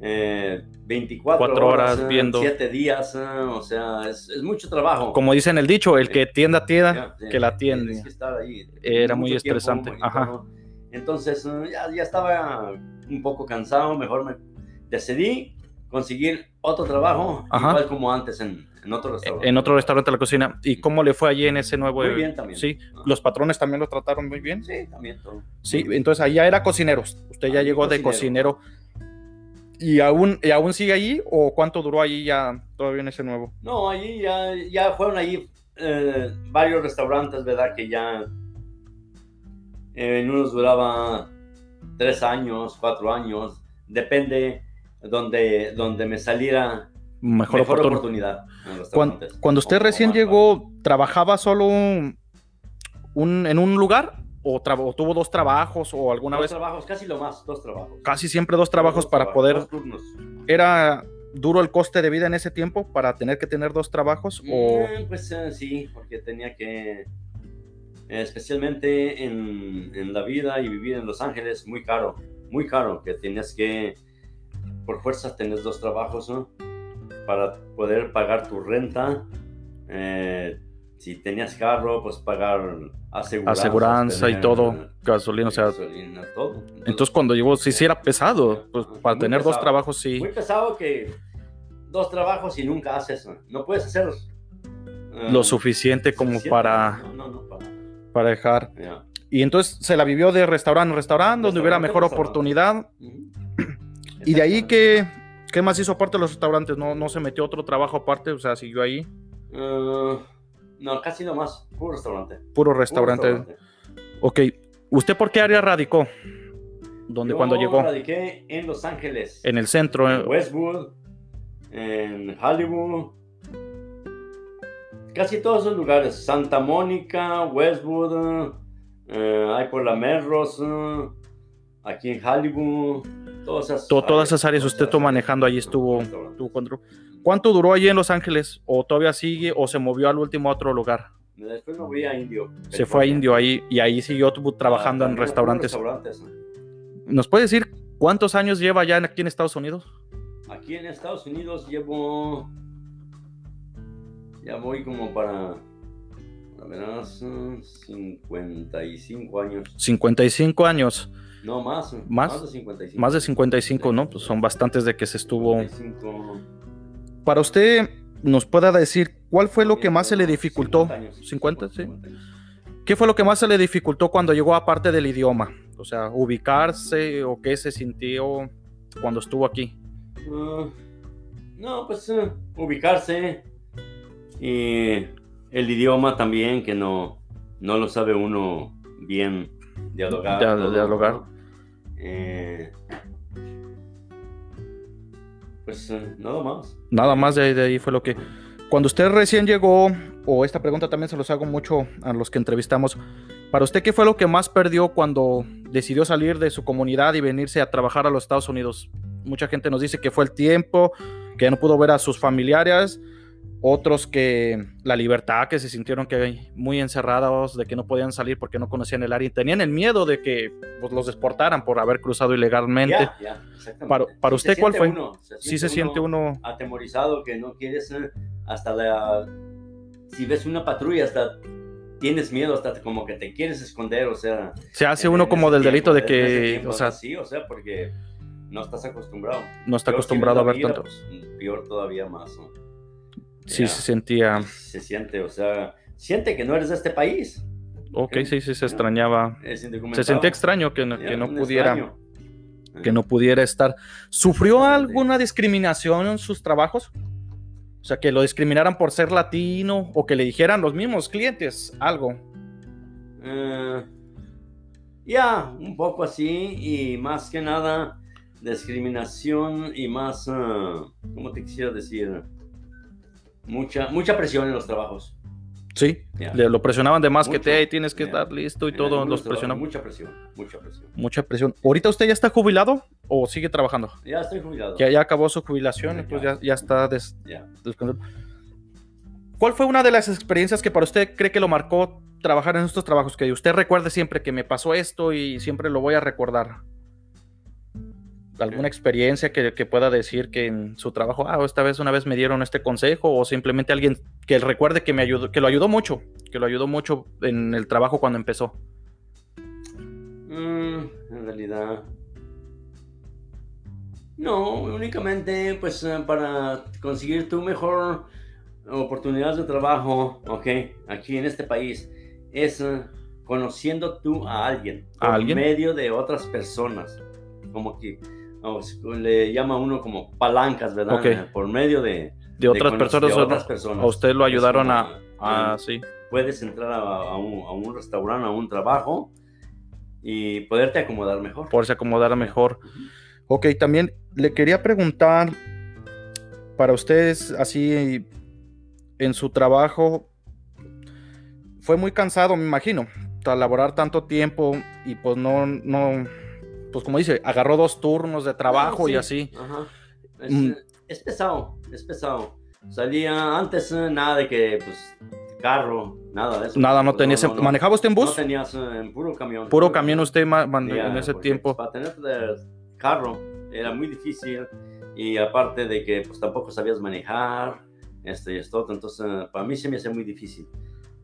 [SPEAKER 2] eh, 24
[SPEAKER 1] Cuatro horas
[SPEAKER 2] eh,
[SPEAKER 1] viendo.
[SPEAKER 2] siete días, eh, o sea, es, es mucho trabajo.
[SPEAKER 1] Como dicen el dicho, el que tienda a tienda, eh,
[SPEAKER 2] Ya, sí,
[SPEAKER 1] que la tienda.
[SPEAKER 2] tienes que estar ahí
[SPEAKER 1] Era
[SPEAKER 2] mucho
[SPEAKER 1] muy
[SPEAKER 2] tiempo
[SPEAKER 1] estresante,
[SPEAKER 2] y
[SPEAKER 1] ajá.
[SPEAKER 2] todo. Entonces eh, ya, ya estaba un poco cansado, mejor me decidí conseguir otro trabajo,
[SPEAKER 1] Ajá. E,
[SPEAKER 2] igual como antes en, en otro restaurante.
[SPEAKER 1] en otro restaurante de la cocina. ¿Y cómo le fue allí en ese nuevo...
[SPEAKER 2] Muy bien también.
[SPEAKER 1] Sí,
[SPEAKER 2] Ajá.
[SPEAKER 1] los patrones también lo trataron muy bien.
[SPEAKER 2] Sí, también todo.
[SPEAKER 1] Sí, entonces allá era cocineros. Usted ya
[SPEAKER 2] Ahí
[SPEAKER 1] llegó de cocinero.
[SPEAKER 2] cocinero.
[SPEAKER 1] ¿Y aún, ¿Y aún sigue allí o cuánto duró allí ya todavía en ese nuevo?
[SPEAKER 2] No, allí ya, ya fueron allí eh, varios restaurantes, ¿verdad? Que ya eh, en unos duraba tres años, cuatro años, depende donde, donde me saliera
[SPEAKER 1] Mejor,
[SPEAKER 2] mejor,
[SPEAKER 1] oportuno.
[SPEAKER 2] oportunidad. en los
[SPEAKER 1] Cuan-
[SPEAKER 2] restaurantes.
[SPEAKER 1] Cuando, usted
[SPEAKER 2] O- o
[SPEAKER 1] recién
[SPEAKER 2] más,
[SPEAKER 1] llegó, ¿trabajaba solo un- un- en un lugar o, traba- o tuvo dos trabajos o alguna
[SPEAKER 2] Dos
[SPEAKER 1] vez?
[SPEAKER 2] trabajos, casi lo más, dos trabajos.
[SPEAKER 1] Casi siempre dos trabajos
[SPEAKER 2] Dos
[SPEAKER 1] para
[SPEAKER 2] trabajos,
[SPEAKER 1] poder...
[SPEAKER 2] dos turnos.
[SPEAKER 1] ¿Era duro el coste de vida en ese tiempo para tener que tener dos trabajos? O...
[SPEAKER 2] Mm, pues eh, sí, porque tenía que especialmente en, en la vida y vivir en Los Ángeles, muy caro, muy caro, que tenías que, por fuerza, tenés dos trabajos, ¿no? Para poder pagar tu renta, eh, si tenías carro, pues pagar aseguranza,
[SPEAKER 1] aseguranza y
[SPEAKER 2] tener,
[SPEAKER 1] todo, gasolina, o sea,
[SPEAKER 2] gasolina, todo.
[SPEAKER 1] entonces cuando llegó sí, sí era pesado, pues
[SPEAKER 2] Ajá,
[SPEAKER 1] para
[SPEAKER 2] muy
[SPEAKER 1] tener dos
[SPEAKER 2] pesado.
[SPEAKER 1] trabajos sí,
[SPEAKER 2] Muy pesado que dos trabajos y nunca haces. ¿no? No puedes hacer eh,
[SPEAKER 1] lo suficiente como
[SPEAKER 2] suficiente.
[SPEAKER 1] para,
[SPEAKER 2] No, no, no, para.
[SPEAKER 1] para dejar.
[SPEAKER 2] ya.
[SPEAKER 1] Y entonces se la vivió de restaurante en restaurante, donde hubiera
[SPEAKER 2] Restaurante
[SPEAKER 1] mejor
[SPEAKER 2] en restaurante.
[SPEAKER 1] oportunidad.
[SPEAKER 2] Ujú.
[SPEAKER 1] Y de ahí
[SPEAKER 2] Exactamente.
[SPEAKER 1] que, ¿qué más hizo aparte de los restaurantes? No, no se metió otro trabajo aparte, o sea, siguió ahí,
[SPEAKER 2] Eh, no, casi nomás. Puro restaurante. puro
[SPEAKER 1] puro restaurante.
[SPEAKER 2] restaurante.
[SPEAKER 1] Ok, ¿usted por qué área radicó? ¿Dónde
[SPEAKER 2] Yo
[SPEAKER 1] cuando llegó?
[SPEAKER 2] radiqué en Los Ángeles.
[SPEAKER 1] En el centro. eh,
[SPEAKER 2] en Westwood, en Hollywood, casi todos esos lugares, Santa Mónica, Westwood, eh, ahí por la Melrose, eh, aquí en Hollywood, todas esas
[SPEAKER 1] To- todas esas áreas
[SPEAKER 2] todas
[SPEAKER 1] usted
[SPEAKER 2] esas
[SPEAKER 1] estuvo
[SPEAKER 2] áreas.
[SPEAKER 1] manejando, allí estuvo-
[SPEAKER 2] Restaurante.
[SPEAKER 1] tuvo control. ¿Cuánto duró allí en Los Ángeles? ¿O todavía sigue? ¿O se movió al último a otro lugar?
[SPEAKER 2] Después me voy a Indio.
[SPEAKER 1] Se fue a
[SPEAKER 2] California.
[SPEAKER 1] Indio ahí y ahí siguió tu- trabajando
[SPEAKER 2] Ah,
[SPEAKER 1] en
[SPEAKER 2] también,
[SPEAKER 1] restaurantes.
[SPEAKER 2] restaurantes.
[SPEAKER 1] ¿Nos puede decir cuántos años lleva ya en- aquí en Estados Unidos?
[SPEAKER 2] Aquí en Estados Unidos llevo. Ya voy como para. A ver, son 55 años.
[SPEAKER 1] 55 años,
[SPEAKER 2] No, más.
[SPEAKER 1] ¿Más?
[SPEAKER 2] de 55.
[SPEAKER 1] más de 55, ¿no? Pues son bastantes de que se estuvo.
[SPEAKER 2] 55,
[SPEAKER 1] Para usted, ¿nos pueda decir cuál fue lo que más se le dificultó?
[SPEAKER 2] 50 años.
[SPEAKER 1] 50, sí.
[SPEAKER 2] 50 años.
[SPEAKER 1] ¿Qué fue lo que más se le dificultó cuando llegó aparte del idioma? O sea, ubicarse o qué se sintió cuando estuvo aquí.
[SPEAKER 2] Ah, no, pues eh, ubicarse. Y el idioma también, que no, no lo sabe uno bien dialogar.
[SPEAKER 1] Dia-
[SPEAKER 2] todo,
[SPEAKER 1] dialogar.
[SPEAKER 2] ¿no? Eh, pues eh, nada más.
[SPEAKER 1] Nada más de, de ahí fue lo que... Cuando usted recién llegó, o esta pregunta también se los hago mucho a los que entrevistamos, para usted, ¿qué fue lo que más perdió cuando decidió salir de su comunidad y venirse a trabajar a los Estados Unidos? Mucha gente nos dice que fue el tiempo, que no pudo ver a sus familiares, otros que la libertad, que se sintieron que muy encerrados, de que no podían salir porque no conocían el área y tenían el miedo de que pues, los deportaran por haber cruzado ilegalmente.
[SPEAKER 2] Ya, ya, exactamente.
[SPEAKER 1] Para- para
[SPEAKER 2] Sí se
[SPEAKER 1] usted, ¿cuál
[SPEAKER 2] siente
[SPEAKER 1] fue?
[SPEAKER 2] uno,
[SPEAKER 1] sí se siente uno
[SPEAKER 2] atemorizado que no quieres eh, hasta la si ves una patrulla hasta tienes miedo hasta como que te quieres esconder o sea
[SPEAKER 1] se hace
[SPEAKER 2] en-
[SPEAKER 1] uno
[SPEAKER 2] en
[SPEAKER 1] como
[SPEAKER 2] ese
[SPEAKER 1] del delito de
[SPEAKER 2] tiempo, en ese
[SPEAKER 1] que,
[SPEAKER 2] tiempo,
[SPEAKER 1] o sea,
[SPEAKER 2] sí o sea porque no estás acostumbrado
[SPEAKER 1] no está
[SPEAKER 2] Peor si
[SPEAKER 1] acostumbrado a
[SPEAKER 2] ves la
[SPEAKER 1] ver
[SPEAKER 2] vida,
[SPEAKER 1] tanto.
[SPEAKER 2] pues, peor todavía más ¿no?
[SPEAKER 1] Sí,
[SPEAKER 2] Ya.
[SPEAKER 1] se sentía.
[SPEAKER 2] se siente o sea siente que no eres de este país
[SPEAKER 1] Ok,
[SPEAKER 2] Ok.
[SPEAKER 1] sí, sí, se extrañaba.
[SPEAKER 2] es indocumentado.
[SPEAKER 1] Se sentía extraño que no,
[SPEAKER 2] Ya,
[SPEAKER 1] que no
[SPEAKER 2] un
[SPEAKER 1] pudiera,
[SPEAKER 2] extraño.
[SPEAKER 1] que no pudiera estar. ¿Sufrió
[SPEAKER 2] Exactamente.
[SPEAKER 1] alguna discriminación en sus trabajos? O sea, que lo discriminaran por ser latino o que le dijeran los mismos clientes algo.
[SPEAKER 2] Eh, ya, un poco así y más que nada discriminación y más, ah, ¿cómo te quisiera decir? Mucha, mucha presión en los trabajos.
[SPEAKER 1] Sí,
[SPEAKER 2] ya.
[SPEAKER 1] le, lo presionaban de más que
[SPEAKER 2] Mucho.
[SPEAKER 1] te "Ey, tienes que
[SPEAKER 2] Ya.
[SPEAKER 1] estar listo y
[SPEAKER 2] En
[SPEAKER 1] todo,
[SPEAKER 2] algunos
[SPEAKER 1] los
[SPEAKER 2] trabajos,
[SPEAKER 1] presionaban.
[SPEAKER 2] Mucha presión, mucha presión.
[SPEAKER 1] Mucha presión. ¿Ahorita usted ya está jubilado o sigue trabajando?
[SPEAKER 2] Ya estoy jubilado.
[SPEAKER 1] que ya acabó su jubilación,
[SPEAKER 2] Ya.
[SPEAKER 1] entonces ya, ya está des-
[SPEAKER 2] Ya.
[SPEAKER 1] descansando. ¿Cuál fue una de las experiencias que para usted cree que lo marcó trabajar en estos trabajos? Que usted recuerde siempre que me pasó esto y siempre lo voy a recordar. ¿Alguna experiencia que, que pueda decir que en su trabajo, ah, esta vez una vez me dieron este consejo o simplemente alguien que él recuerde que me ayudó, que lo ayudó mucho, que lo ayudó mucho en el trabajo cuando empezó?
[SPEAKER 2] Mm, en realidad. No, únicamente pues eh, para conseguir tu mejor oportunidad de trabajo, ok, aquí en este país, es eh, conociendo tú a alguien,
[SPEAKER 1] ¿A alguien?
[SPEAKER 2] por medio de otras personas, como que o s- le llama uno como palancas, ¿verdad?
[SPEAKER 1] Ok.
[SPEAKER 2] Eh, Por medio de,
[SPEAKER 1] De otras
[SPEAKER 2] cono-
[SPEAKER 1] personas,
[SPEAKER 2] de
[SPEAKER 1] o no?
[SPEAKER 2] otras personas.
[SPEAKER 1] a usted lo
[SPEAKER 2] Es
[SPEAKER 1] ayudaron
[SPEAKER 2] como,
[SPEAKER 1] a, a
[SPEAKER 2] eh,
[SPEAKER 1] sí,
[SPEAKER 2] puedes entrar a, a un, a un restaurante, a un trabajo y poderte acomodar mejor.
[SPEAKER 1] poderse acomodar mejor. Ok, también le quería preguntar para ustedes, así en su trabajo, fue muy cansado, me imagino, tra- laborar tanto tiempo y pues no, no, pues como dice, agarró dos turnos de trabajo
[SPEAKER 2] No, sí.
[SPEAKER 1] y así.
[SPEAKER 2] Ajá. Es,
[SPEAKER 1] Mm.
[SPEAKER 2] es pesado, es pesado. Salía antes eh, nada de que pues carro, nada de eso. Pues,
[SPEAKER 1] Nada, no tenías. ¿Manejaba usted en
[SPEAKER 2] No
[SPEAKER 1] bus?
[SPEAKER 2] tenías eh, en puro camión.
[SPEAKER 1] Puro camión usted ma- man-
[SPEAKER 2] Ya,
[SPEAKER 1] en ese
[SPEAKER 2] porque, pues,
[SPEAKER 1] tiempo.
[SPEAKER 2] Para tener de carro era muy difícil y aparte de que pues tampoco sabías manejar, este y esto, otro, entonces eh, para mí se me hacía muy difícil.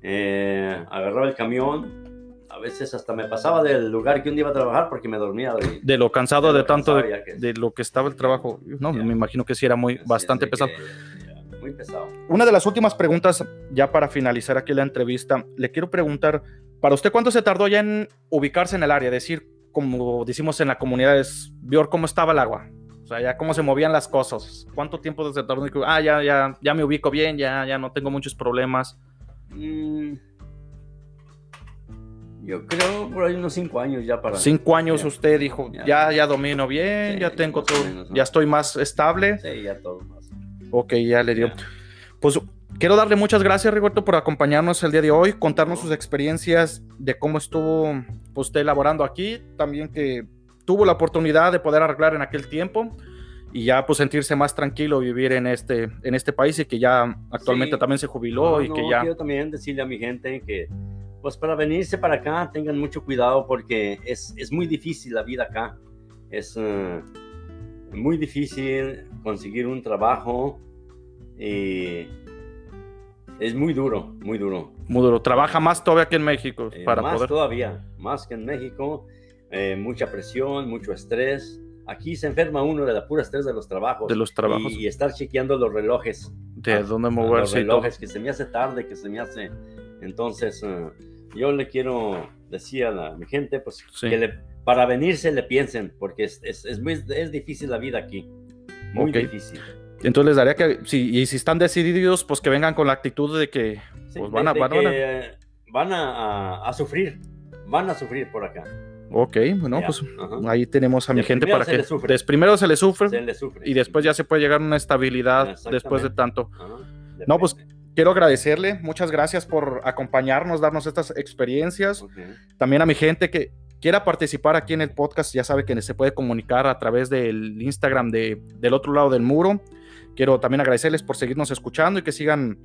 [SPEAKER 2] Eh, agarraba el camión, a veces hasta me pasaba del lugar que un día iba a trabajar porque me dormía. de-
[SPEAKER 1] De lo cansado
[SPEAKER 2] de
[SPEAKER 1] de
[SPEAKER 2] lo
[SPEAKER 1] tanto de,
[SPEAKER 2] cansado ya que-
[SPEAKER 1] de lo que estaba el trabajo. No,
[SPEAKER 2] Ya.
[SPEAKER 1] me imagino que sí era muy
[SPEAKER 2] así es
[SPEAKER 1] bastante
[SPEAKER 2] de
[SPEAKER 1] pesado.
[SPEAKER 2] que, ya, muy pesado.
[SPEAKER 1] Una de las últimas preguntas, ya para finalizar aquí la entrevista, le quiero preguntar, ¿para usted cuánto se tardó ya en ubicarse en el área? Decir, como decimos en la comunidad, es ver cómo estaba el agua. O sea, ya cómo se movían las cosas. ¿Cuánto tiempo se tardó en que, ah, ya, ya, ya me ubico bien, ya, ya no tengo muchos problemas?
[SPEAKER 2] Mm, yo creo por ahí unos cinco años ya para...
[SPEAKER 1] Cinco años
[SPEAKER 2] Ya.
[SPEAKER 1] usted dijo,
[SPEAKER 2] Ya.
[SPEAKER 1] ya, ya domino bien,
[SPEAKER 2] Sí,
[SPEAKER 1] ya tengo
[SPEAKER 2] más o
[SPEAKER 1] todo,
[SPEAKER 2] menos, ¿no?
[SPEAKER 1] ya estoy más estable.
[SPEAKER 2] Sí, ya todo más.
[SPEAKER 1] Ok, ya le dio. Pues quiero darle muchas gracias, Rigoberto, por acompañarnos el día de hoy, contarnos
[SPEAKER 2] No.
[SPEAKER 1] sus experiencias de cómo estuvo pues, usted elaborando aquí, también que tuvo la oportunidad de poder arreglar en aquel tiempo y ya pues sentirse más tranquilo vivir en este, en este país y que ya actualmente
[SPEAKER 2] Sí.
[SPEAKER 1] también se jubiló
[SPEAKER 2] No,
[SPEAKER 1] y que
[SPEAKER 2] Ah, no,
[SPEAKER 1] ya...
[SPEAKER 2] Quiero también decirle a mi gente que, pues para venirse para acá, tengan mucho cuidado porque es, es muy difícil la vida acá. Es eh, muy difícil conseguir un trabajo y es muy duro, muy duro.
[SPEAKER 1] Muy duro, trabaja más todavía que en México Pues,
[SPEAKER 2] Eh,
[SPEAKER 1] para
[SPEAKER 2] más
[SPEAKER 1] poder...
[SPEAKER 2] todavía, más que en México, eh, mucha presión, mucho estrés. Aquí se enferma uno de la pura estrés de los trabajos.
[SPEAKER 1] De los trabajos,
[SPEAKER 2] Y, y estar chequeando los relojes
[SPEAKER 1] de dónde
[SPEAKER 2] Ah, los
[SPEAKER 1] moverse y todo.
[SPEAKER 2] relojes, que se me hace tarde, que se me hace. Entonces, eh, yo le quiero decir a, la, mi gente, pues,
[SPEAKER 1] Sí.
[SPEAKER 2] que le- para venirse le piensen, porque es, es, es muy, es difícil la vida aquí. Muy
[SPEAKER 1] Ok.
[SPEAKER 2] difícil.
[SPEAKER 1] Entonces les daría que, si, y si están decididos, pues que vengan con la actitud de que
[SPEAKER 2] Sí,
[SPEAKER 1] Pues
[SPEAKER 2] de-
[SPEAKER 1] van a-
[SPEAKER 2] de
[SPEAKER 1] van a- van a-
[SPEAKER 2] que van a, a- a sufrir, van a sufrir por acá.
[SPEAKER 1] Ok, bueno,
[SPEAKER 2] Ya,
[SPEAKER 1] pues
[SPEAKER 2] ajá.
[SPEAKER 1] ahí tenemos a mi
[SPEAKER 2] De
[SPEAKER 1] gente
[SPEAKER 2] primero
[SPEAKER 1] para
[SPEAKER 2] se
[SPEAKER 1] que
[SPEAKER 2] le sufre.
[SPEAKER 1] des- primero se le sufre
[SPEAKER 2] Se le sufre.
[SPEAKER 1] y después ya se puede llegar a una estabilidad
[SPEAKER 2] Exactamente.
[SPEAKER 1] después de tanto.
[SPEAKER 2] Ajá, de
[SPEAKER 1] No, pues,
[SPEAKER 2] frente.
[SPEAKER 1] Quiero agradecerle, muchas gracias por acompañarnos, darnos estas experiencias.
[SPEAKER 2] Ok.
[SPEAKER 1] También a mi gente que quiera participar aquí en el podcast, ya sabe que se puede comunicar a través del Instagram de, del otro lado del muro. Quiero también agradecerles por seguirnos escuchando y que sigan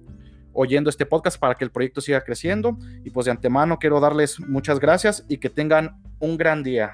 [SPEAKER 1] oyendo este podcast para que el proyecto siga creciendo. Y pues de antemano quiero darles muchas gracias y que tengan un gran día.